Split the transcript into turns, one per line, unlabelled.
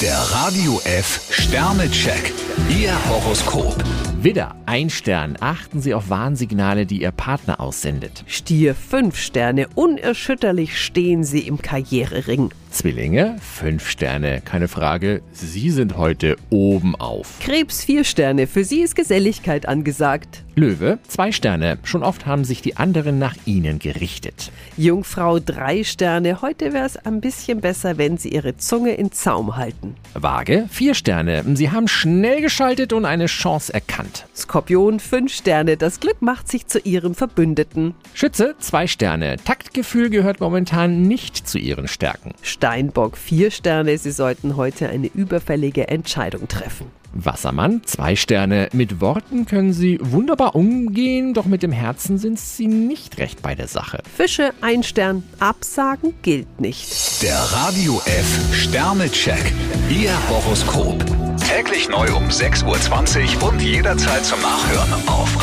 Der Radio F Sternecheck. Ihr Horoskop.
Widder, ein Stern. Achten Sie auf Warnsignale, die Ihr Partner aussendet.
Stier fünf Sterne, unerschütterlich stehen sie im Karrierering.
Zwillinge, fünf Sterne. Keine Frage, Sie sind heute oben auf.
Krebs vier Sterne, für sie ist Geselligkeit angesagt.
Löwe, zwei Sterne. Schon oft haben sich die anderen nach Ihnen gerichtet.
Jungfrau drei Sterne, heute wäre es ein bisschen besser, wenn sie ihre Zunge in Zaum halten.
Waage, vier Sterne. Sie haben schnell geschaltet und eine Chance erkannt.
Skorpion fünf Sterne, das Glück macht sich zu ihrem Verbündeten.
Schütze, zwei Sterne. Taktgefühl gehört momentan nicht zu Ihren Stärken.
Steinbock vier Sterne, sie sollten heute eine überfällige Entscheidung treffen.
Wassermann, zwei Sterne. Mit Worten können Sie wunderbar umgehen, doch mit dem Herzen sind Sie nicht recht bei der Sache.
Fische ein Stern, Absagen gilt nicht.
Der Radio F Sternecheck. Ihr Horoskop. Täglich neu um 6.20 Uhr und jederzeit zum Nachhören auf